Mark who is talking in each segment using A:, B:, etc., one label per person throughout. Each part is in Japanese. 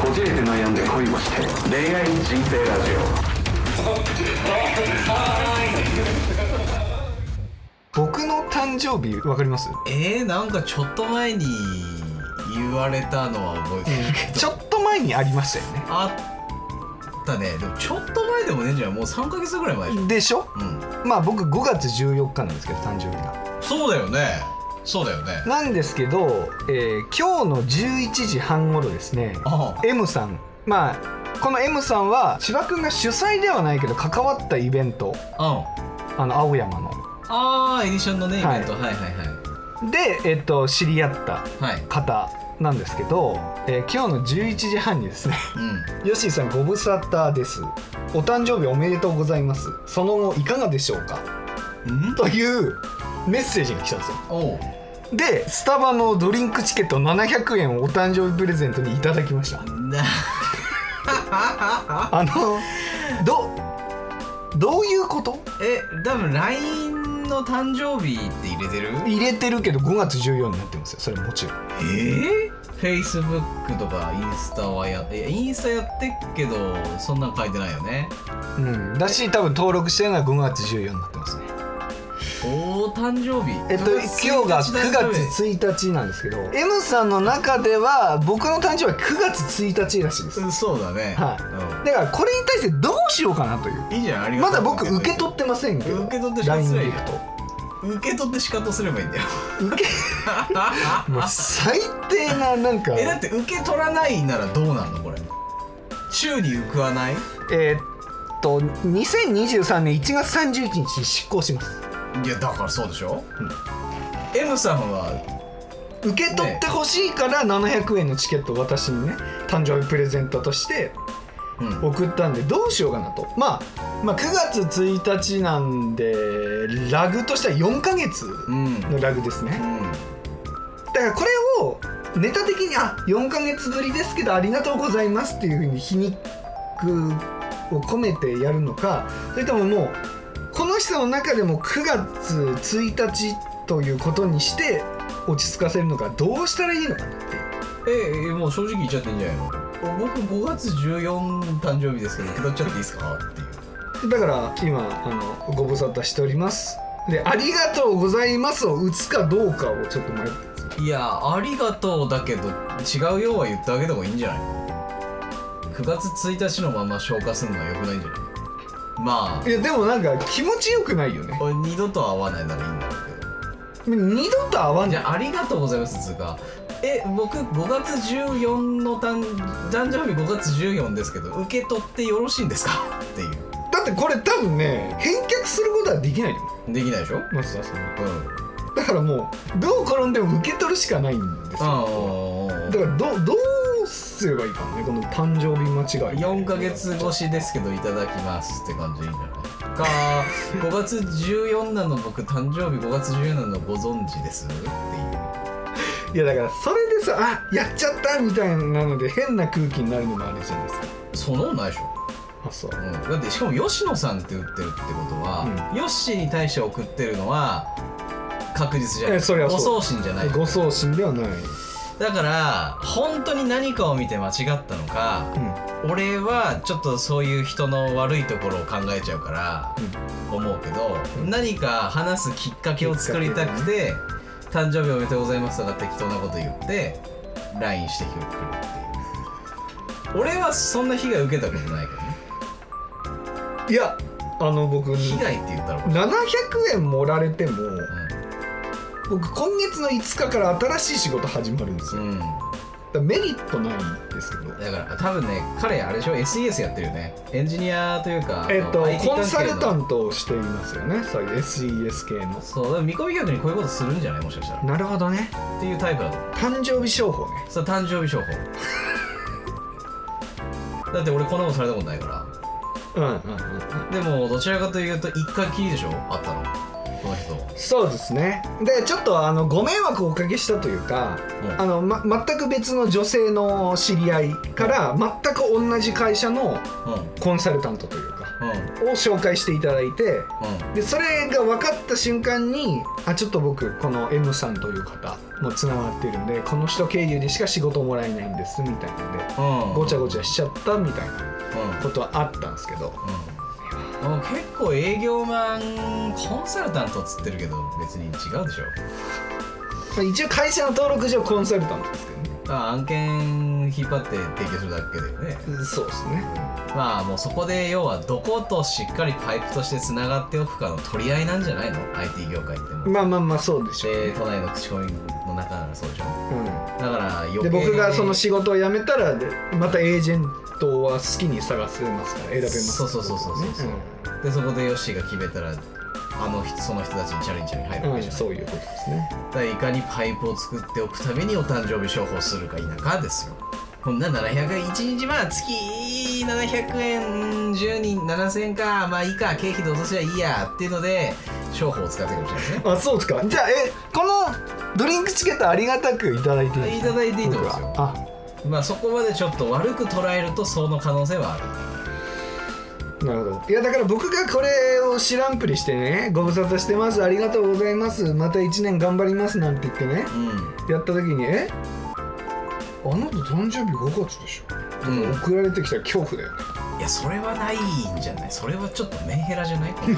A: こじれて悩んで恋をして恋愛人生ラジ
B: 僕の誕生日わかります
C: えー、なんかちょっと前に言われたのは覚えてるけど
B: ちょっと前にありましたよね
C: あったねでもちょっと前でもねえんじゃんもう3か月ぐらい前でしょ
B: でしょ
C: うん
B: まあ僕5月14日なんですけど誕生日が
C: そうだよねそうだよね
B: なんですけど、えー今日の11時半頃ですね
C: あ
B: M さんまあこの M さんは千葉君が主催ではないけど関わったイベント
C: あうん
B: あの青山の
C: ああエディションのねイ
B: はい
C: ベント、はい、はいはい
B: で、えっと、知り合った
C: はい
B: 方なんですけど、えー今日の11時半にですね
C: うん
B: ヨッシーさんご無沙汰ですお誕生日おめでとうございますその後いかがでしょうか
C: ん
B: というメッセージが来たんですよ
C: おう
B: でスタバのドリンクチケット700円をお誕生日プレゼントにいただきました
C: な
B: あのどどういうこと
C: え多分 LINE の誕生日って入れてる
B: 入れてるけど5月14になってますよそれもちろん
C: えー Facebook とかインスタはやいやインスタやってっけどそんなん書いてないよね
B: うんだし多分登録してるのは5月14になってますね
C: おお誕生日
B: えっと今日が9月1日なんですけど M さんの中では僕の誕生日は9月1日らしいです
C: う
B: だ
C: んそうだね
B: はからこれに対してどうしようかなという
C: い、うん、いいじゃんありが
B: ま
C: と
B: だ
C: う
B: 僕受け取ってませんけど
C: 受け取ってしま
B: LINE
C: せん
B: で
C: よ
B: いくと
C: 受け取って仕方すればいいんだよ
B: 受けもう最低ななんか
C: えだって受け取らないならどうなんのこれ宙に浮かない
B: えーっと2023年1月31日に執行します
C: いやだからそうでしょ、M さんは
B: 受け取ってほしいから700円のチケットを私にね誕生日プレゼントとして
C: うん
B: 送ったんでどうしようかなと、まあ、まあ9月1日なんでラグとしては4ヶ月
C: うん、うん
B: のラグですねだからこれをネタ的に「あ4ヶ月ぶりですけどありがとうございます」っていうふうに皮肉を込めてやるのかそれとももうこの人の中でも9月1日ということにして落ち着かせるのかどうしたらいいのかなっていう
C: ええもう正直言っちゃっていいんじゃないの僕5月14誕生日ですけど受け取っちゃっていいですかっていう
B: だから今あのご無沙汰しておりますで「ありがとうございます」を打つかどうかをちょっと迷って
C: いや、ありがとうだけど、違うようは言ってあげた方がいいんじゃない ?9 月1日のまま消化するのは良くないんじゃないまあ
B: い、やでもなんか気持ちよくないよね
C: これ二度と会わないならいいんだろう
B: 二度と会わ
C: けど。じ
B: ない
C: ゃあ、ありがとうございますっつうか、え、僕5月14の誕誕生日5月14ですけど、受け取ってよろしいんですかっていう。
B: だってこれ多分ね返却することはできないよ
C: できないでしょうん。
B: 松田さんだからもうどう転んでも受け取るしかないんですよ
C: あ
B: だからどうどうすればいいかねこの誕生日間違い
C: 4ヶ月越しですけどいただきますって感じでいいんじゃないか5月14なの僕誕生日5月14なのご存知ですっていう
B: いやだからそれでさあやっちゃったみたいなので変な空気になるのもあるじゃないですか
C: そのないでしょ、
B: あそう
C: うん、だってしかも吉野さんって言ってるってことは、ヨッシーに対して送ってるのは確実じゃな
B: え
C: い
B: それはそう
C: 誤送信じゃない
B: ご送信ではない、
C: だから本当に何かを見て間違ったのか
B: うん
C: 俺はちょっとそういう人の悪いところを考えちゃうから思うけど、何か話すきっかけを作りたくて、誕生日おめでとうございますとか適当なこと言って LINE してくるっていう俺はそんな被害受けたことないけどね
B: いやあの僕
C: 被
B: 700
C: 害って言ったら、
B: 円もられても僕今月の5日から新しい仕事始まるんです
C: う
B: よ
C: ん、うん、
B: だからメリットないんですけど
C: だから多分ね彼あれでしょ SES やってるよねエンジニアというか
B: えっと
C: IT
B: コンサルタ
C: 関係の
B: ントをしていますよねそういう SES 系の
C: そうだから見込み客にこういうことするんじゃないもしかしたら
B: なるほどね
C: っていうタイプだと思う
B: 誕生日商法ね
C: それ誕生日商法だって俺こんなことされたことないから
B: うんうんうん
C: でもどちらかというと一回きりでしょあったのこの人
B: そうですねでちょっとあのご迷惑をおかけしたというか、
C: うん
B: あのま、全く別の女性の知り合いから全く同じ会社の
C: うん
B: コンサルタントというか
C: うん
B: を紹介していただいてでそれが分かった瞬間にあちょっと僕この M さんという方もつながってるんでこの人経由でしか仕事もらえないんですみたいなんで
C: うんうん
B: ごちゃごちゃしちゃったみたいな
C: うん
B: ことはあったんですけど
C: うんもう結構営業マンコンサルタントっつってるけど別に違うでしょ
B: 一応会社の登録上コンサルタントですけどね
C: まあ案件引っ張って提供するだけだよね
B: そうですね
C: まあもうそこで要はどことしっかりパイプとしてつながっておくかの取り合いなんじゃないの IT 業界ってもう
B: まあまあまあそうでしょうね、
C: で都内の口コミの中ならそうでしょだから余
B: うん、
C: 計
B: で
C: に
B: 僕がその仕事を辞めたらでまたエージェントは好きに探せますから選べます
C: そうそうそうそうそうそうでそこでヨッシーが決めたらあの人その人たちにチャレンジに入る
B: ん
C: わ
B: う
C: け
B: ん
C: じゃない、
B: そういうことですね
C: だからいかにパイプを作っておくためにお誕生日商法するか否かですよこんな700円1日まあ月700円うん10人7000円かまあいいか経費で落とせばいいやっていうので商法を使っていくかもしれないですね
B: あそうですかじゃあえこのドリンクチケットありがたくいただいていい
C: いただいていいと思いますよ
B: あ
C: まあそこまでちょっと悪く捉えるとその可能性はある
B: なるほどいやだから僕がこれを知らんぷりしてねご無沙汰してますありがとうございますまた1年頑張りますなんて言ってね
C: う
B: やった時にえあなた誕生日5月でしょ、
C: うん
B: 送られてきたら恐怖だよね
C: んいやそれはないんじゃないそれはちょっとメンヘラじゃない
B: 変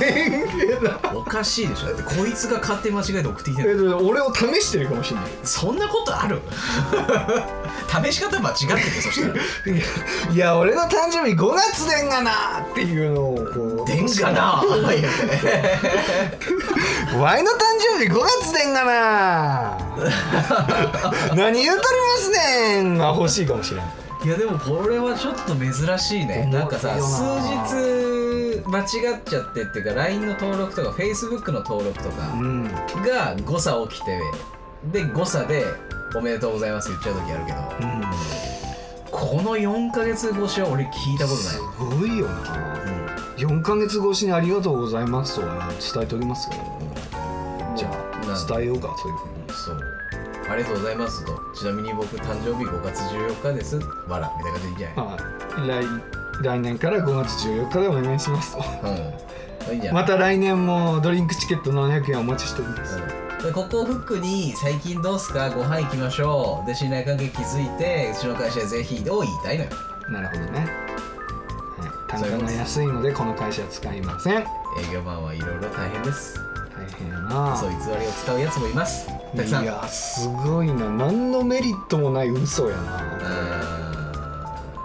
B: だ
C: おかしいでしょだってこいつが勝手に間違えて送ってきて
B: え
C: る
B: だから俺を試してるかもしれない
C: そんなことある試し方間違っててそしたら
B: いやいや俺の誕生日5月でんがなっていうのをこう
C: でんかな
B: ワイの誕生日5月でんがな何言うとりますねんが欲しいかもしれん
C: いやでもこれはちょっと珍しいねなんかさ数日間違っちゃってっていうか LINE の登録とか Facebook の登録と
B: う
C: か
B: ん
C: が誤差起きてで誤差で「おめでとうございます」言っちゃう時あるけどこの4ヶ月越しは俺聞いたこと
B: すごいよな4ヶ月越しにありがとうございますと伝えておりますから
C: ない
B: じ
C: な
B: ゃ
C: ん
B: あ伝えようかそういうふう
C: そうありがとうございますとちなみに僕誕生日5月14日ですわらみたいな感じでいいんじゃない
B: にはい来来年から5月14日でお願いしますと
C: うんいいんじゃない
B: また来年もドリンクチケット700円お待ちしております
C: でここをフックに「最近どうすかご飯行きましょう」で信頼関係築いてうちの会社でぜひを言いたいのよ
B: なるほどね、はい、単価が安いのでこの会社は使いません大
C: 営業マンはいろいろ大変です
B: 変やな
C: そう偽りを使うやつもいますたくさん
B: いやすごいな何のメリットもない嘘や
C: う
B: な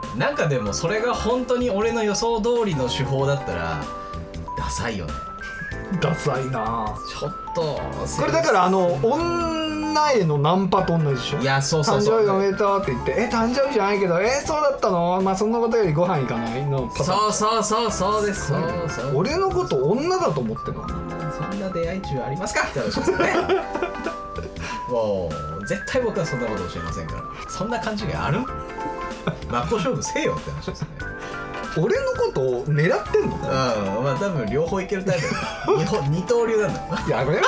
C: ーんなんかでもそれが本当に俺の予想通りの手法だったらダサいよね
B: ダサいな
C: ちょっと
B: これだからあの女へのナンパと同じでしょ
C: いやそうそう
B: 誕
C: そう
B: 生日おめでとうって言って「え誕生日じゃないけどえそうだったのまあそんなことよりご飯行かないの」パターン
C: そうそうそうそうですそうそう
B: 俺のこと女だと思ってんのかな
C: そんな出会い中ありますかって話 ですよねもう絶対僕はそんなこと教えませんからそんな勘違いある真っ向勝負せえよって話ですね
B: 俺のことを狙ってんの
C: うんまあ多分両方いけるタイプだ 二本二刀流なんだ
B: や めろよ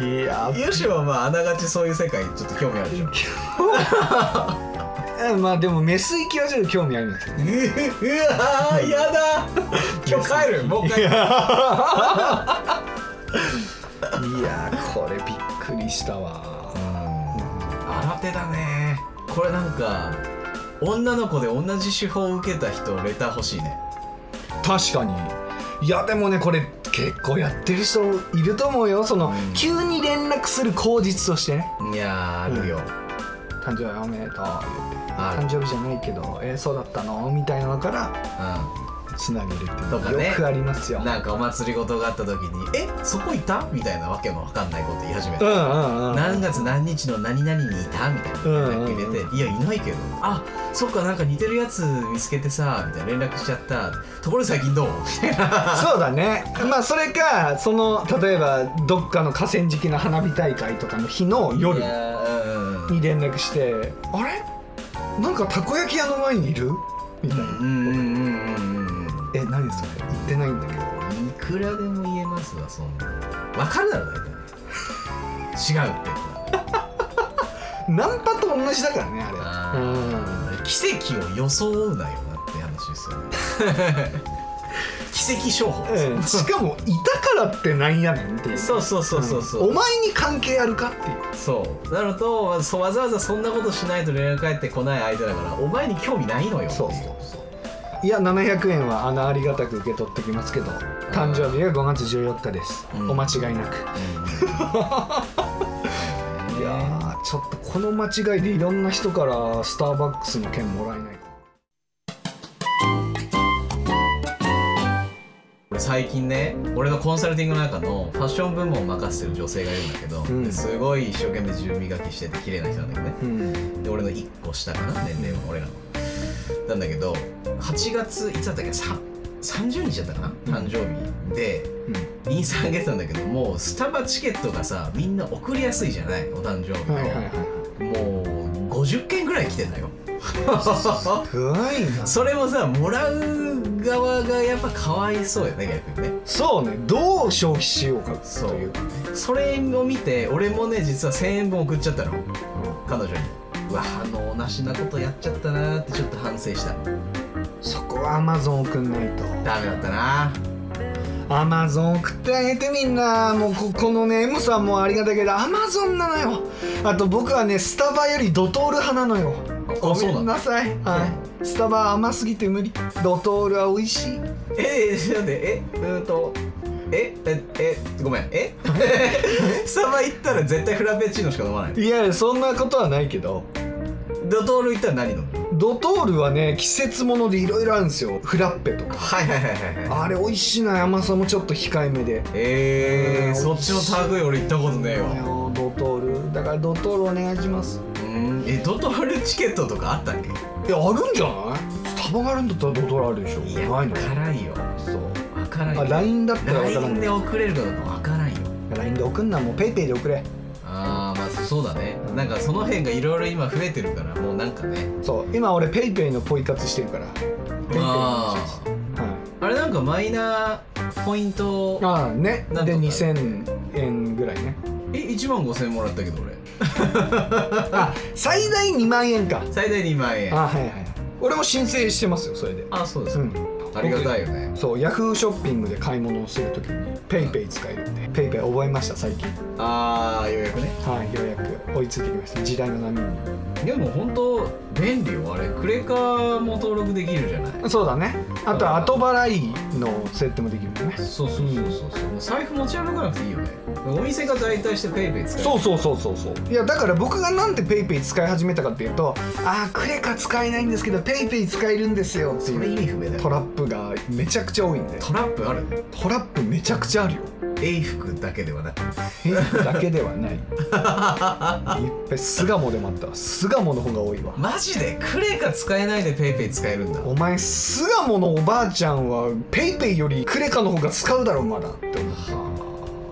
B: いや
C: よしはまああながちそういう世界ちょっと興味あるで しょ
B: えまあでもメス行きはちょっと興味あります
C: うわーやだ今日帰るもう帰る
B: いやーこれびっくりしたわ
C: 新手だねこれなんか女の子で同じ手法を受けた人レター欲しいね
B: 確かにいやでもねこれ結構やってる人いると思うよその、
C: うん
B: 急に連絡する口実としてね
C: いやーあるよ、
B: 誕生日おめでとう言って
C: ある
B: 誕生日じゃないけどえーそうだったのみたいなのからつなげるっていうの
C: とかね
B: よくあります
C: う
B: よ、
C: ん、なんかお祭り事があった時に「えそこいた?」みたいなわけもわかんないこと言い始め
B: う
C: て、
B: んうんうん
C: 何月何日の何々にいた?」みたいな連絡入れて「
B: うん
C: いやいないけどあそっかなんか似てるやつ見つけてさ」みたいな連絡しちゃった「ところで最近どう?」みたい な
B: そうだねまあそれかその例えばどっかの河川敷の花火大会とかの日の夜
C: いやーうん
B: に連絡して「あれなんかたこ焼き屋の前にいる?」みたいな
C: うんうんうんうんうんうん
B: 「え何それ行ってないんだけど」
C: ういくらでも言えますわそんなわかるだろ大体ね違うって
B: ナンパと同じだからねあれ
C: あ
B: は
C: 奇跡を装うなよなって話ですよね奇跡商法
B: うんうんしかもいたからってなんやねんっていう
C: そうそうそうそうそう、
B: んお前に関係あるかっていう
C: そうなるとわざわざそんなことしないと連絡返ってこない相手だからお前に興味ないのよ
B: そう
C: って
B: い
C: い
B: や700円はあのありがたく受け取ってきますけど誕生日が5月14日です、
C: うん
B: お間違いなく、
C: うん
B: いやーちょっとこの間違いでいろんな人からスターバックスの券もらえないか
C: 俺最近ね俺のコンサルティングの中のファッション部門を任せてる女性がいるんだけど、
B: ん
C: ですごい一生懸命自分磨きしてて綺麗な人なんだけどね
B: うん
C: で俺の1個下かな年齢は俺らのなんだけど8月いつだったっけさ30日だったかな誕生日で23月なんだけどもうスタバチケットがさみんな送りやすいじゃないお誕生日
B: う
C: の、
B: んはいはいはい
C: もう50件ぐらい来てんだよ
B: すごいな
C: それもさもらう側がやっぱかわいそうよね逆にね
B: そうねどう消費しようかという
C: それを見て俺もね実は1000円分送っちゃったの彼女にうわあのなしなことやっちゃったなーってちょっと反省した
B: そこはアマゾン送んないと
C: ダメだったな
B: アマゾン送ってあげてみんなもうここのね M さんもありがたいけどアマゾンなのよあと僕はねスタバよりドトール派なのよごめんなさい、はい、スタバ甘すぎて無理ドトールは美味しい
C: ええちょっと待ってえうーんとえええごめん えスタバ行ったら絶対フラペチーノしか飲まない
B: いやいやそんなことはないけど
C: ドトール行ったら何飲む
B: ドトールはね季節ものでいろいろあるんですよフラッペとか
C: はいはいはいはい
B: あれ美味しいな甘さもちょっと控えめで
C: えー、そっちの類俺行ったことねえわ
B: ドトールだからドトールお願いします
C: うんえドトールチケットとかあったっけ
B: いやあるんじゃないスタバがあるんだったらドトールあるでしょないの
C: 辛いよ
B: そう
C: わからん
B: あ
C: よ
B: LINE だったら分からん
C: LINE
B: ね
C: で送れるかどうかわからんよ
B: LINE で送んなもう PayPay で送れ
C: あーまあそうだねなんかその辺がいろいろ今増えてるからもうなんかね
B: そう今俺 PayPay のポイ活してるから PayPay の話で
C: あ
B: すはい
C: ああれなんかマイナポイント
B: ああね
C: なん
B: で
C: とか
B: 2000円ぐらいね
C: え1万5000円もらったけど俺
B: あ最大2万円か
C: 最大2万円あ
B: あはいはい俺も申請してますよそれで
C: そうです
B: う
C: か、
B: ん
C: ありがたいよね
B: そうヤフーショッピングで買い物をするときに PayPay 使えるんで PayPay 覚えました最近
C: ああようやくね
B: はいようやく追いついてきました時代の波に
C: でも本当便利よあれクレカも登録できるじゃない
B: そうだねあとは後払いの設定もできるんだね
C: そうそうそうそうそう財布持ち歩かなくていいよねお店が代替してペイペイ使える
B: そうそうそうそうそういやだから僕がなんで PayPay 使い始めたかっていうとああクレカ使えないんですけど PayPay 使えるんですよって
C: それ意
B: いう
C: 味不明だよ
B: トラップがめちゃくちゃ多いんで
C: トラップある
B: トラップめちゃくちゃあるよ
C: 英服だけではなく
B: ヘイだけではないいっぱ い巣鴨でもあったわ巣鴨の方が多いわ
C: マジでクレカ使えないでペイペイ使えるんだ
B: お前巣鴨のおばあちゃんは PayPay よりクレカの方が使うだろまだって思う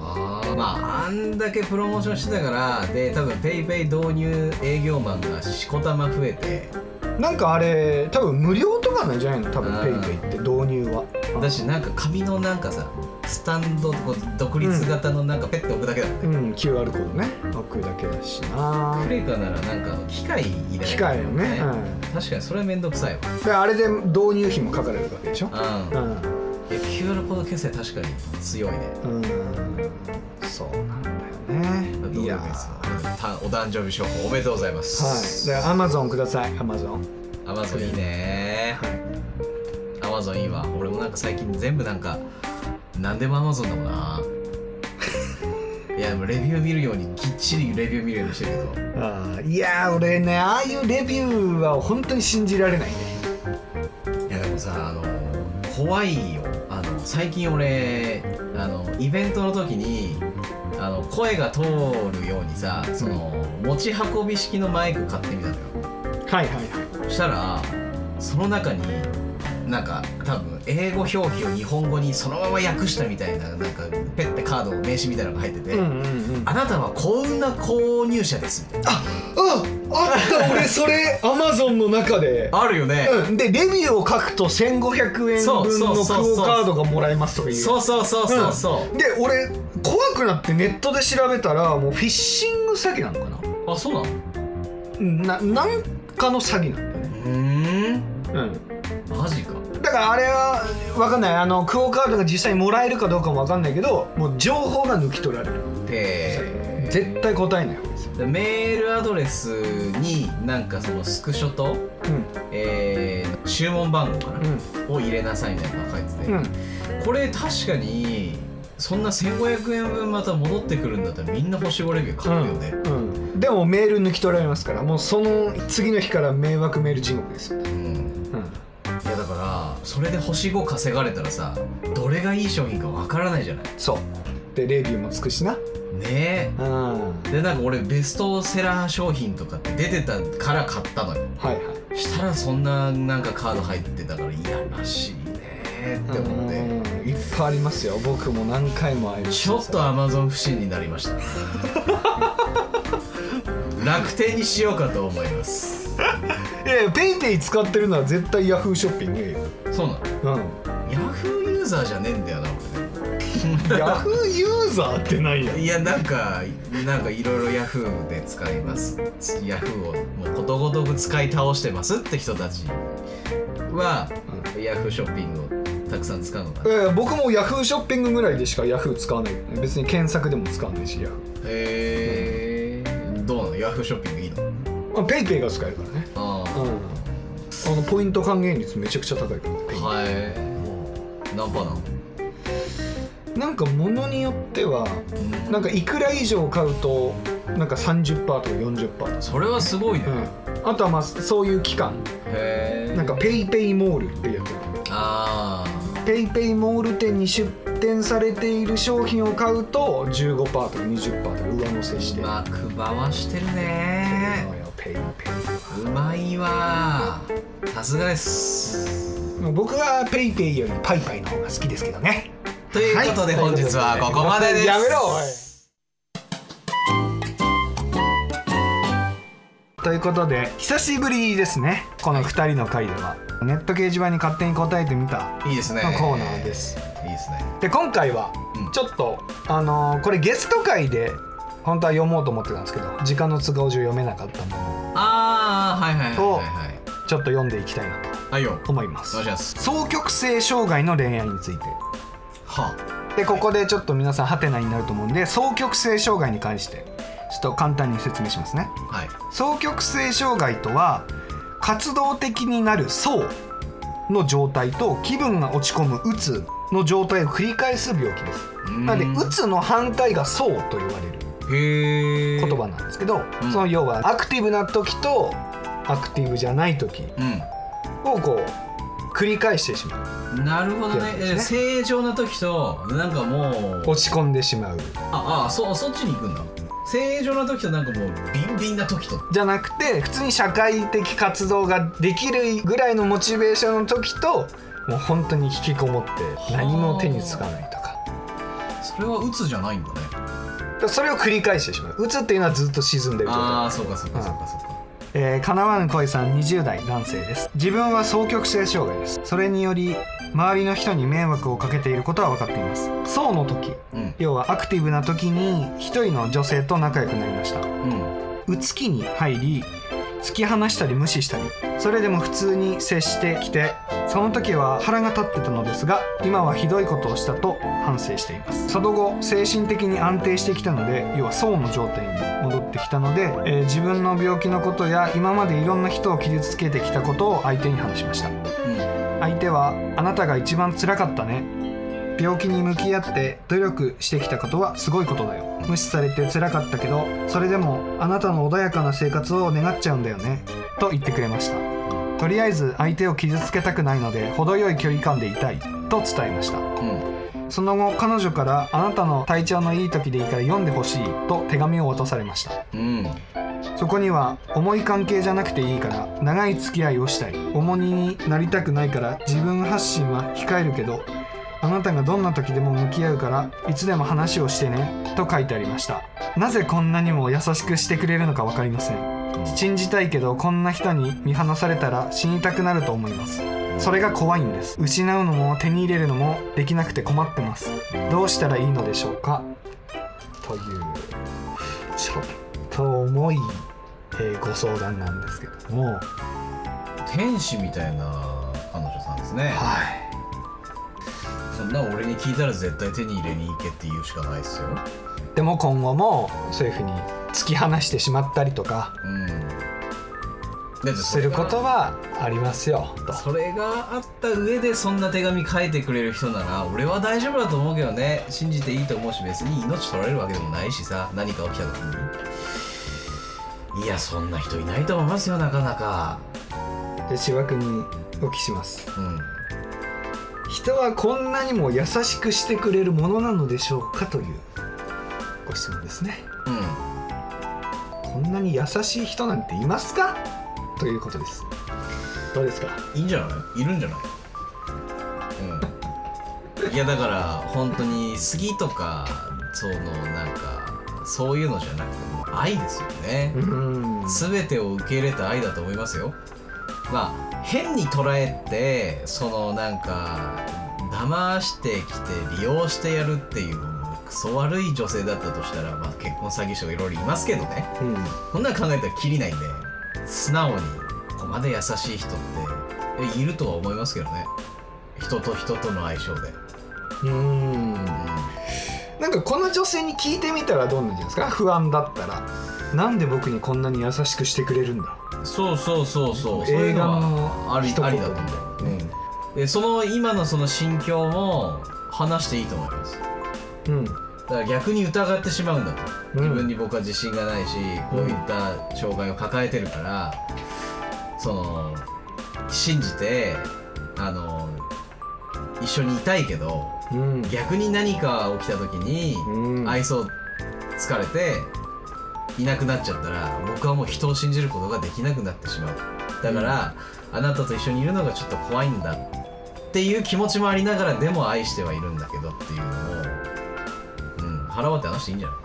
C: あーまああんだけプロモーションしてたからで多分ペイペイ導入営業マンがしこたま増えて
B: なんかあれ多分無料とかなんじゃないの多分
C: うん
B: PayPay って導入は
C: だしなんか紙のなんかさスタンドこう独立型のなんかペッて置くだけだ、
B: うん QR コードね置くだけだしな
C: クレカならなんか機械いらない
B: 機械よね、う
C: 確かにそれはめんどくさいわ
B: ん、であれで導入費もかかるわけでしょ、
C: うん
B: ん
C: いや QR コード決済確かに強いね
B: うん、そうなんだよねいや
C: どうでもです
B: は
C: たお誕生日商法おめでとうございま
B: い
C: す
B: でアマゾンくださいアマゾン
C: アマゾンいいねアマゾンいいわ俺もなんか最近全部なんか何でもアマゾンだもん ないやでもレビュー見るようにきっちりレビュー見るようにしてるけど
B: あーいやー俺ねああいうレビューは本当に信じられないね
C: いやでもさあの怖いよあの最近俺あのイベントの時にあの声が通るようにさその、持ち運び式のマイク買ってみたのよ
B: はいはいはい
C: そしたらその中になんか多分英語表記を日本語にそのまま訳したみたいななんかペッてカード名刺みたいなのが入ってて、
B: うんうん
C: あなたは幸運な購入者ですみたいな
B: あああった俺それアマゾンの中で
C: あるよね、
B: うん、でレビューを書くと1500円
C: そう
B: 分
C: そ
B: の
C: う
B: クオ・
C: そうそう
B: カードがもらえますとかいう
C: そうそうそうそうそ
B: で俺怖くなってネットで調べたらもうフィッシング詐欺なのかな
C: う、あそうなのう
B: うんななんかの詐欺なんだよね、
C: ーんマジか
B: だからあれは分かんないあのクオ・カードが実際にもらえるかどうかも分かんないけどもう情報が抜き取られる
C: え
B: 絶対答えないわけですよ、
C: ー、メールアドレスになんかそのスクショと、えー、注文番号かな、を入れなさいみたいなのが書いてて、
B: うんうん
C: これ確かにそんな1500円分また戻ってくるんだったらみんな星5レビュー書くよね、
B: うん、でもメール抜き取られますからもうその次の日から迷惑メール地獄ですよ、
C: うん
B: うん、
C: いやだからそれで星5稼がれたらさどれがいい商品かわからないじゃない
B: そうでレビューもつくしな
C: ね
B: うんは
C: えでなんか俺ベストセラー商品とかって出てたから買ったのよ
B: いはい
C: したらそんななんかカード入ってたからいやらしいねって思って
B: うんいっぱいありますよ僕も何回もあります
C: ちょっとアマゾン不信になりました 楽天にしようかと思います
B: いやいやペイペイ使ってるのは絶対ヤフーショッピングよ
C: そうなの
B: う
C: ヤフーユーザーじゃねえんだよな俺ね
B: ん ヤフーユーザーってないやん
C: いやなんかなんかいろいろヤフーで使いますヤフーをもうことごとく使い倒してますって人たちは、ヤフーショッピングをたくさん使うのかなへ
B: えー僕もヤフーショッピングぐらいでしかヤフー使わないよね別に検索でも使わないしヤフ
C: えどうなのヤフーショッピングいいの
B: ーあペイペイが使えるからね
C: あ
B: う
C: あ、
B: んあのポイント還元率めちゃくちゃ高いからペイペイ
C: はい何パーなの
B: なんか物によっては
C: うん
B: なんかいくら以上買うとなんか30%とか40%とか、
C: それはすごいね、へ
B: あとはまあそういう期間
C: え
B: なんかペイペイモールっていうやつ
C: あ
B: ペイペイモール店に出店されている商品を買うと15%とか20%とか上乗せし
C: あ
B: て
C: うまく回してる
B: ペイ
C: ね
B: のよペイペ
C: うまいわさすがです
B: イ僕はペイペイよりパイパイの方が好きですけどね
C: ということで
B: はい
C: 本 日はここまでです。
B: やめろおいということで久しぶりですねこの2人の回ではネット掲示板に勝手に答えてみた
C: いいですね。
B: のコーナーです。
C: いいですね。
B: で今回は
C: うん
B: ちょっと、あのーこれゲスト回で本当は読もうと思ってたんですけど時間の都合上読めなかったものを
C: ああはいはいはい
B: と
C: はいはい。
B: ちょっと読んでいきたいな
C: はいよ。
B: と思いま
C: お
B: す
C: 願いします。
B: 双極性障害の恋愛について
C: は
B: でここでちょっと皆さんハテナになると思うんで双極性障害に関してちょっと簡単に説明しますね
C: あ、はい。
B: 双極性障害とは活動的になる層の状態と気分が落ち込むうつの状態を繰り返す病気ですなのでうつの反対が層と言われる
C: つへえ。
B: 言葉。なんですけど、
C: うん
B: その要はアクティブな時とアクティブじゃない時をこう繰り返してしまう
C: うん。なるほどね。
B: ってやつ
C: え
B: ですね
C: 正常な時となんかもう
B: 落ち込んでしまう
C: ああそそっちに行くんだ。正常な時となんかもうビンビンな時と。
B: じゃなくて普通に社会的活動ができるぐらいのモチベーションの時ともう本当に引きこもって何も手につかないとか
C: それはうつじゃないんだね。
B: だからそれを繰り返してしまううつっていうのはずっと沈んでる状態
C: ああそうかそうかそうかそうか。
B: えー、かなわぬ恋さん20代男性です自分は双極性障害ですそれにより周りの人に迷惑をかけていることは分かっていますそうの時
C: うん
B: 要はアクティブな時に一人の女性と仲良くなりました
C: うん。
B: うつきに入り突き放したり無視したりそれでも普通に接してきてその時は腹が立ってたのですが今はひどいことをしたと反省していますその後精神的に安定してきたので要は層の状態に戻ってきたので、えー自分の病気のことや今までいろんな人を傷つけてきたことを相手に話しました相手は「あなたが一番辛かったね」「病気に向き合って努力してきたことはすごいことだよ」「無視されて辛かったけどそれでもあなたの穏やかな生活を願っちゃうんだよね」と言ってくれましたとりあえず相手を傷つけたくないので程よい距離感でいたいと伝えました
C: うんうん。
B: その後彼女から「あなたの体調のいい時でいいから読んでほしい」と手紙を渡されました
C: うん。
B: そこには重い関係じゃなくていいから長い付き合いをしたい重荷になりたくないから自分発信は控えるけどあなたがどんな時でも向き合うからいつでも話をしてねと書いてありましたなぜこんなにも優しくしてくれるのか分かりません信じたいけどこんな人に見放されたら死にたくなると思いますそれが怖いんです失うのも手に入れるのもできなくて困ってますどうしたらいいのでしょうかというちょっと重い、えーご相談なんですけどもはい
C: 天使みたいな彼女さんですねそんな俺に聞いたら絶対手に入れに行けって言うしかないっすよ
B: でも今後もそういうふうに突き放してしまったりとか
C: うんだって
B: することはありますよと
C: それがあった上でそんな手紙書いてくれる人なら俺は大丈夫だと思うけどね信じていいと思うし別に命取られるわけでもないしさ何か起きた時にいやそんな人いないと思いますよなかなか
B: で千葉君にお聞きします
C: うん
B: 人はこんなにも優しくしてくれるものなのでしょうかというご質問ですね
C: うん
B: こんなに優しい人なんていますかということですどうですか
C: いいんじゃないいるんじゃないうんいやだから本当に好きとかそのなんかそういうのじゃなくてもう愛ですよね
B: ん
C: 全てを受け入れた愛だと思いますよ。まあ変に捉えてそのなんか騙してきて利用してやるっていうクソ悪い女性だったとしたら、まあ、結婚詐欺師とかいろいろいますけどねこんなん考えたらきりないんで素直にここまで優しい人ってえいるとは思いますけどね人と人との相性で、
B: うんなんかこの女性に聞いてみたらどうなんじゃないですか不安だったらなんで僕にこんなに優しくしてくれるんだ
C: そうそうそうそうそうい
B: 映
C: う
B: 画
C: の
B: の
C: はあり
B: 一言
C: ありだと思う、でその今のその心境も話していいと思いますだ
B: うん
C: から逆に疑ってしまうんだと、
B: うん
C: 自分に僕は自信がないしこういった障害を抱えてるから、その信じてあの一緒にいたいけど
B: うん
C: 逆に何か起きた時に
B: うん
C: 愛想疲れていなくなっちゃったら僕はもう人を信じることができなくなってしまうだから、あなたと一緒にいるのがちょっと怖いんだっていう気持ちもありながらでも愛してはいるんだけどっていうのを、うん、腹割って話していいんじゃな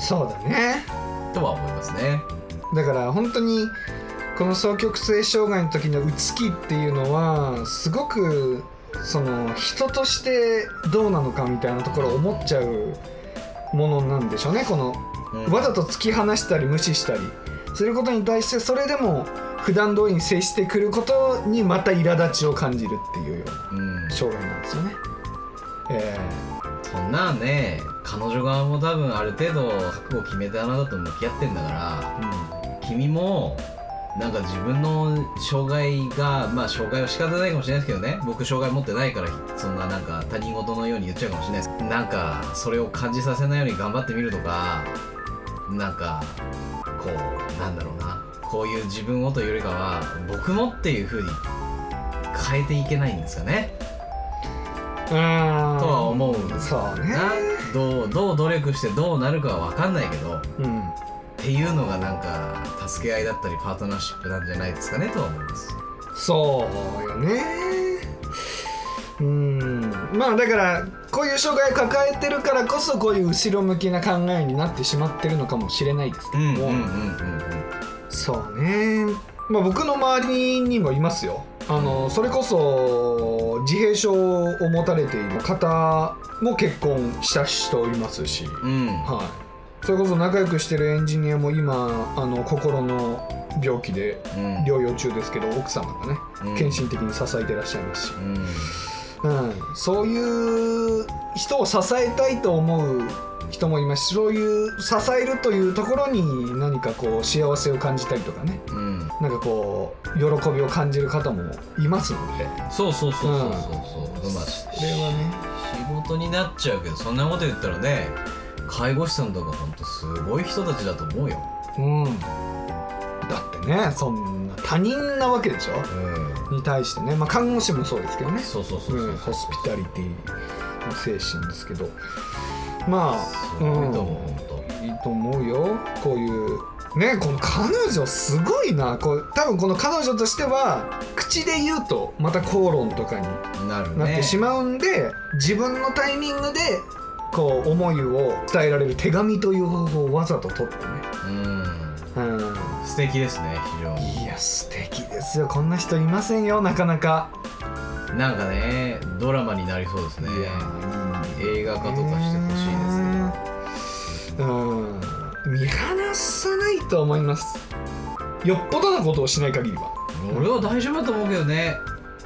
B: そうだね
C: いとは思いますね
B: だから本当にこの双極性障害の時のうつきっていうのはすごくその人としてどうなのかみたいなところを思っちゃうものなんでしょうねこの
C: うん、
B: わざと突き放したり無視したりすることに対してそれでも普段通りに接してくることにまた苛立ちを感じるっていうような
C: うん、
B: 障害なんですよね。え
C: そんなんね彼女側も多分ある程度覚悟を決めてあなたと向き合ってんだから
B: ーうん
C: 君もなんか自分の障害がまあ障害は仕方ないかもしれないですけどね僕障害持ってないからそんななんか他人事のように言っちゃうかもしれないですなんかそれを感じさせないように頑張ってみるとかなんかこうなんだろうなこういう自分をというよりかは僕もっていう風に変えていけないんですかね
B: うーん
C: とは思うんです
B: そうね
C: などうどう努力してどうなるかは分かんないけどっ
B: うん
C: ていうのがなんか助け合いだったりパートナーシップなんじゃないですかねとは思います。
B: そうよねうんまあだからこういう障害を抱えてるからこそこういう後ろ向きな考えになってしまってるのかもしれないですけ
C: う
B: ど
C: んうん
B: も、
C: うんうん
B: そうねまあ僕の周りにもいますよあのそれこそ自閉症を持たれている方も結婚した人いますし、
C: うんうん
B: はい、それこそ仲良くしてるエンジニアも今あの心の病気で
C: うん
B: 療養中ですけど奥様がね
C: うん
B: 献身的に支えてらっしゃいますし、
C: うん
B: うん、そういう人を支えたいと思う人もいますしそういう支えるというところに何かこう幸せを感じたりとかね
C: うん
B: なんかこう喜びを感じる方もいますので
C: そうそうそうそうそうそうまあし
B: それはね
C: 仕事になっちゃうけどそんなこと言ったらね介護士さんとかほんとすごい人たちだと思うよ
B: うんだってねそんな他人なわけでしょ
C: うん
B: に対してね、まあ、看護師もそうですけどね
C: そうそうそうそう
B: うんホスピタリティの精神ですけどまあ
C: すごいと思うほんと
B: いいと思うよこういうねこの彼女すごいなこう多分この彼女としては口で言うとまた口論とかに
C: なるね
B: なってしまうんで、自分のタイミングでこう思いを伝えられる手紙という方法をわざと取ってね、
C: うん
B: うん、
C: 素敵ですね非常に
B: いや素敵ですよこんな人いませんよなかなか、
C: なんかねドラマになりそうですね
B: いやー
C: 映画化とかしてほしい
B: ね
C: ですね
B: うん見放さないと思いますよっぽどなことをしない限りは
C: 俺は大丈夫だと思うけどね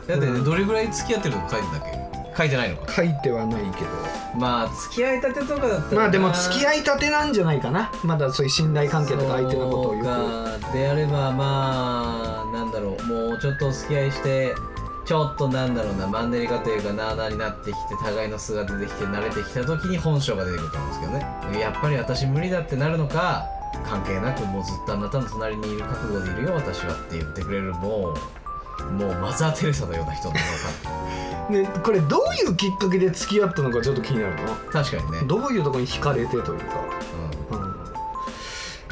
C: だってね、
B: うん
C: どれぐらい付き合ってるとか書いてたっけ書いてないのか
B: 書いてはないけ
C: まあ付き合いたてとかだった
B: ど
C: ら
B: まあでも付き
C: い
B: 合いたてなんじゃないかなまだそういう信頼関係とか相手のことをよく
C: くであればまあなんだろうもうちょっとお付き合いしてちょっとなんだろうなマンネリ化というかなあなあになってきて互いの素が出てきて慣れてきた時に本性が出てくると思うんですけどねやっぱり私無理だってなるのか関係なくもうずっとあなたの隣にいる覚悟でいるよ私はって言ってくれるもうもうマザー・テレサのような人なのか
B: ねこれどういうきっかけで付き合ったのかちょっと気になる
C: 確かにね
B: などういうところに惹かれてというか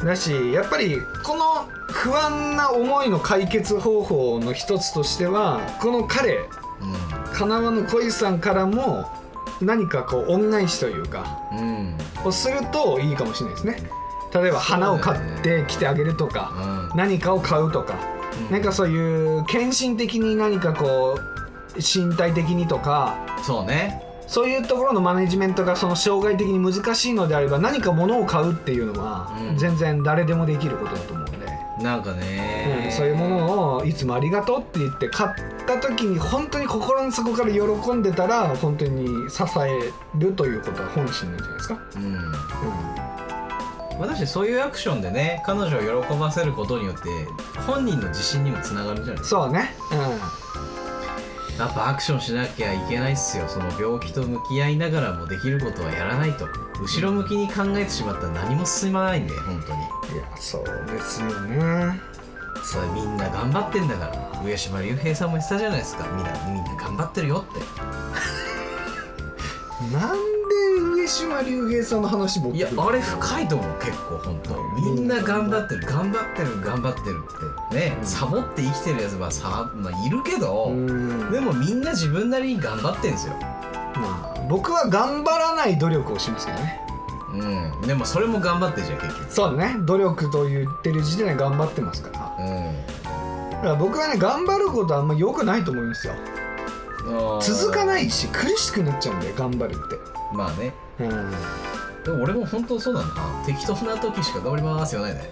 B: だしやっぱりこの不安な思いの解決方法の一つとしてはこの彼
C: うん
B: 叶わぬ恋さんからも何かこう恩返しというか
C: うんうん
B: をするといいかもしれないですね例えば花を買ってきてあげるとか、
C: う
B: 何かを買うとか、
C: ん
B: なんかそういう献身的に何かこう身体的にとか
C: そうね
B: そういうところのマネジメントがその障害的に難しいのであれば何か物を買うっていうのは
C: うん
B: 全然誰でもできることだと思うんで、
C: なんかね、
B: うんそういうものをいつもありがとうって言って買った時に本当に心の底から喜んでたら本当に支えるということは本心なんじゃないですか。
C: うん
B: うん
C: 私そういうアクションでね彼女を喜ばせることによって本人の自信にもつながるんじゃないです
B: そうね、
C: かやっぱアクションしなきゃいけないっすよその病気と向き合いながらもできることはやらないと後ろ向きに考えてしまったら何も進まないんで本当に
B: うん、いやそうですよね
C: それみんな頑張ってんだから上島竜兵さんも言ってたじゃないですかみんなみんな頑張ってるよって
B: なんで上島竜兵さんの話持っ
C: い
B: て
C: や
B: くる
C: あれ深いと思う結構本当みんな頑張ってる頑張ってる頑張ってるってねサボって生きてるやつはさ、まあ、いるけど、
B: うん
C: でもみんな自分なりに頑張ってんですよ
B: まあ僕は頑張らない努力をしますけどね
C: うんでもそれも頑張ってるじゃん結局
B: そうだね努力と言ってる時点で頑張ってますから
C: う
B: だから僕はね頑張ることはあんま良くないと思いますよ
C: ん
B: 続かないいし苦しくなっちゃうんで頑張るっ
C: まあね
B: てうん、 うん
C: でも俺も本当そうだな適当な時しか頑張りますよね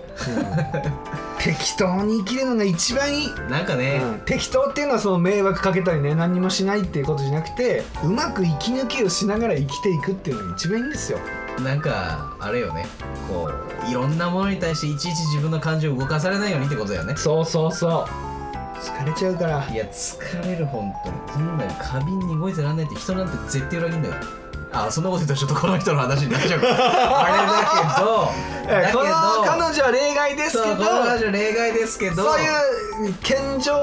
B: 適当に生きるのが一番いい、
C: なんかね、
B: うん適当っていうのはその迷惑かけたりね何にもしないっていうことじゃなくてうまく息抜きをしながら生きていくっていうのが一番いいんですよ
C: なんかあれよねこういろんなものに対していちいち自分の感情を動かされないようにってことだよね
B: そうそうそう疲れちゃうから
C: いや疲れる本当にそんなの過敏に動いてらんないって人なんて絶対裏切んだよあそんなこと言ったらちょっとこの人の話になっ ちゃうからあれだけどだ
B: え
C: け
B: こ
C: ど
B: の彼女は例外ですけ
C: そう
B: ど
C: この話は例外ですけど
B: そういう健常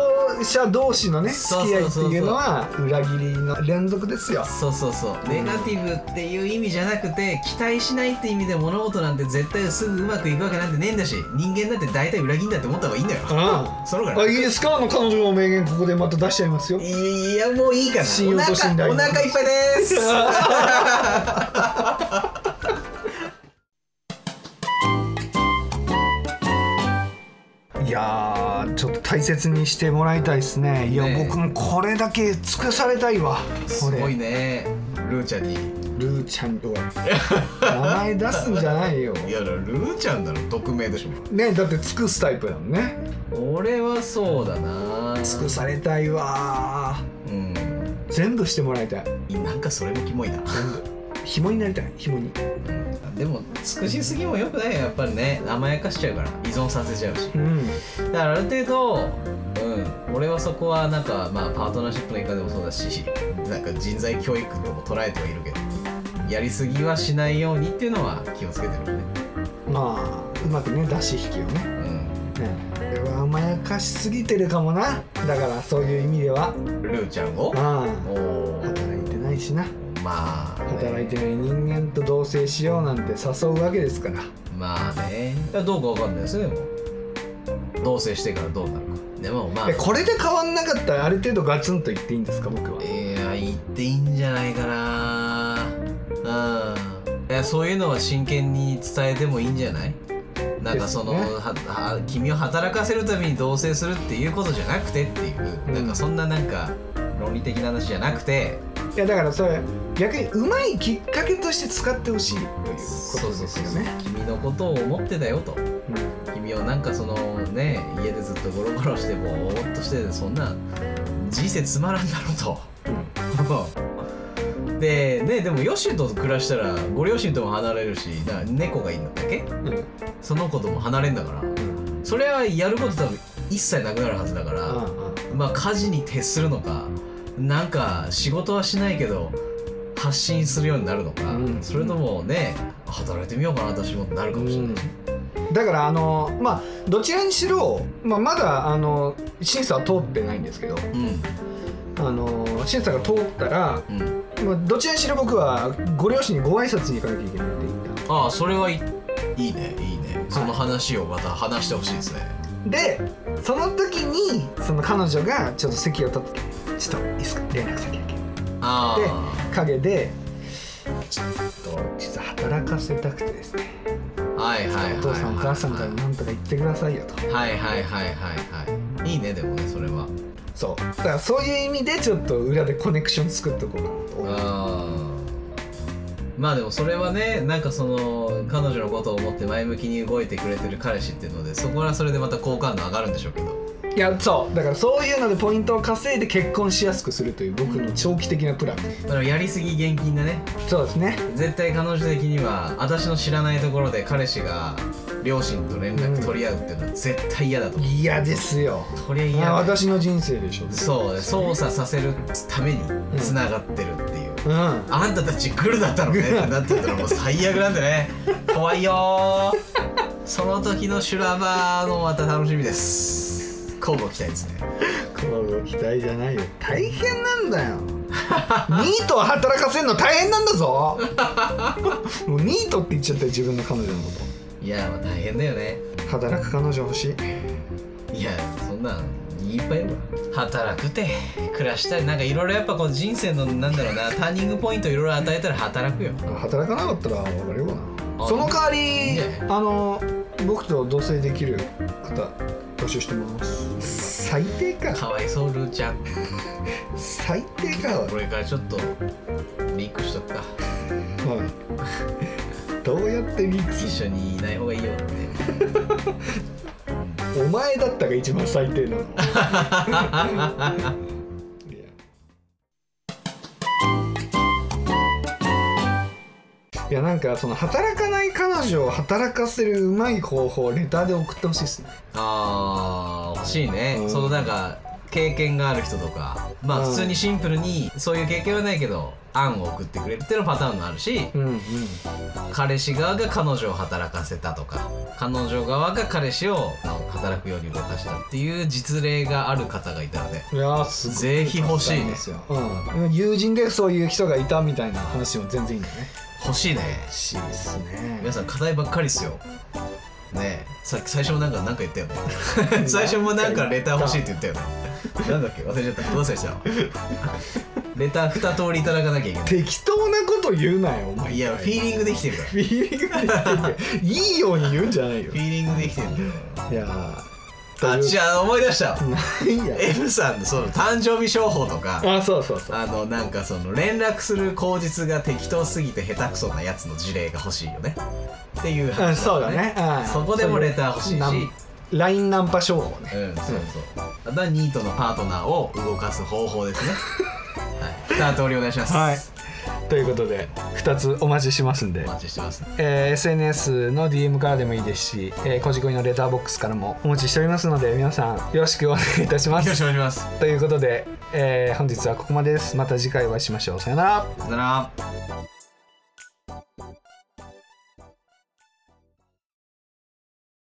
B: 者同士のね
C: そ
B: 付
C: う
B: き合
C: そ
B: いうって
C: そうそう
B: いうのは裏切りの連続ですよ
C: そうそうそうネガティブっていう意味じゃなくて期待しないって意味で物事なんて絶対すぐうまくいくわけなんてねえんだし人間だって大体裏切んだって思った方がいいんだよ
B: うんあ
C: そのぐらい
B: いいですかあの彼女の名言ここでまた出しちゃいますよ
C: いやもういいかな
B: 信用と信頼
C: お腹お腹いっぱいです
B: いやーちょっと大切にしてもらいたいですねいや
C: ねえ
B: 僕もこれだけ尽くされたいわ
C: す
B: こ
C: ごい
B: れ
C: ねルーちゃんにい
B: ルーちゃんとは名前出すんじゃないよ
C: やルーちゃんだろ匿名でしょ
B: ねだって尽くすタイプだもんね
C: 俺はそうだな
B: 尽くされたいわ
C: うん
B: 全部してもらいたい
C: なんかそれもキモ いな
B: 紐になりたい紐に
C: でも尽くしすぎもよくないよやっぱりね甘やかしちゃうから依存させちゃうし
B: うん
C: だからある程度、うん、俺はそこはなんか、まあ、パートナーシップの一環でもそうだしなんか人材教育とも捉えてはいるけどやりすぎはしないようにっていうのは気をつけてるよね、
B: まあうまくね出し引きをね
C: うん、
B: これは甘やかしすぎてるかもなだからそういう意味では
C: ルーちゃんを
B: あ
C: お
B: あ
C: ー
B: 働いてないしな
C: まあ、ね、
B: 働いてない人間と同棲しようなんて誘うわけですから
C: まあねいやどうかわかんないですねでも同棲してからどうなるかでもまあ
B: えこれで変わんなかったらある程度ガツンと言っていいんですか僕はい
C: や言っていいんじゃないかなうんいやそういうのは真剣に伝えてもいいんじゃないなんかその、
B: ですね
C: はは君を働かせるために同棲するっていうことじゃなくてっていう、なんかそんななんか論理的な話じゃなくて
B: いやだからそれ逆にうまいきっかけとして使ってほしいということです
C: そうそうそう
B: よね。
C: 君のことを思ってたよと君をなんかそのね家でずっとゴロゴロしてぼーっとしてそんな人生つまらんだろうと。 でね、でもヨシュと暮らしたらご両親とも離れるしな猫がいるんだっけその子とも離れんだからそれはやること多分一切なくなるはずだから、まあ家事に徹するのかなんか仕事はしないけど発信するようになるのか、
B: うん
C: それともね働いてみようかな私もってなるかもしれないし、
B: だからあのまあどちらにしろ、まあ、まだあの審査は通ってないんですけど
C: うん
B: あの審査が通ったら、
C: うん
B: まあ、どちらにしろ僕はご両親にご挨拶に行かなきゃいけないって言った
C: ああそれはいいいいねいいねその話をまた話してほしいですね、
B: でその時にその彼女がちょっと席を立ってちょっといいですか連絡先だけ
C: あ
B: で陰でちょっと実は働かせたくてですね
C: あはいはいはいはい
B: お父さんお母さんから
C: は
B: 何とか言ってくださいよと
C: いはいはいはいはいいいねでもねそれは
B: そうだからそういう意味でちょっと裏でコネクション作っとこうかなと思う
C: あーまあでもそれはねなんかその彼女のことを思って前向きに動いてくれてる彼氏っていうのでそこはそれでまた好感度上がるんでしょうけど
B: いやそうだからそういうのでポイントを稼いで結婚しやすくするという僕の長期的なプラン、
C: だからやりすぎ厳禁だね
B: そうですね
C: 絶対彼女的には私の知らないところで彼氏が両親と連絡取り合うっていうのは絶対嫌だと思う、
B: 嫌ですよ
C: そりゃ嫌だ
B: あ
C: よ
B: 私の人生でしょ
C: そう操作させるためにつながってるっていう、
B: うんあ
C: あんたたち来るだったのねってなってたらもう最悪なんでね怖いよーその時の修羅場のまた楽しみです交互期待ですね
B: の期待じゃないよ大変なんだよニートを働かせるの大変なんだぞ もうニートって言っちゃったよ自分の彼女のこ
C: いやまあ大変だよね
B: と働く彼女欲しい
C: いやそんなんいっぱいいるわ働くて暮らしたいなんかいろいろやっぱこう人生のなんだろうなターニングポイントいろいろ与えたら働くよ
B: 働かなかったら別れようか
C: あ
B: なその代わり、
C: ね
B: あの僕と同棲できる方募集してます最低
C: か
B: か
C: わいそうルーちゃん
B: 最低か
C: これからちょっとリークしとくか
B: はいどうやってリーク
C: 一
B: す
C: 緒にいない方がいいよって
B: るお前だったが一番最低なのいやいやなんかその働かない彼女を働かせるうまい方法をレターで送ってほしいですね
C: あー欲しいね、
B: うん
C: そのなんか経験がある人とかまあ
B: うん
C: 普通にシンプルにそういう経験はないけど案を送ってくれるっていうのパターンもあるし
B: うんうん
C: 彼氏側が彼女を働かせたとか彼女側が彼氏をあの働くように動かしたっていう実例がある方がいたらね
B: いやーすごい
C: ぜひ欲しいね
B: ですよ、うん、友人でそういう人がいたみたいな話も全然いいんだね
C: 欲しいね
B: 欲しいですね
C: 皆さん課題ばっかりっすよねえさっき最初もなんかなんか言 ったよね最初もなんかレター欲しいって言ったよねなんだっけ忘れちゃったどうせしたレター二通りいただかなきゃいけない
B: 適当なこと言うなよお前
C: いや、フィーリングできてるから。フ
B: フィーリングで言ってていいように言うんじゃないよ
C: ィーリングできてるんだよ。
B: いやー
C: あ、違う、思い出した。
B: ういや
C: M さんのその誕生日商法とか、
B: あそうそうそう
C: あの、なんかその連絡する口実が適当すぎて下手くそなやつの事例が欲しいよね。っていう
B: うん
C: 話
B: そうだね、うん
C: そこでもレター欲しいし
B: なんラインナンパ商法
C: う
B: ね
C: ん、そうそう。あとはニートのパートナーを動かす方法 ですね。はい。二通りお願いします。
B: はいということで2つお待ちしますんで
C: お待ちしてます、ね。
B: えー SNS の DM からでもいいですし、えー、こじこいのレターボックスからもお持ちしておりますので皆さんよろしくお願いいたしま
C: よろし
B: す
C: くお願いします。
B: ということで、えー本日はここまでですまた次回お会いしましょうさよなら
C: さよなら。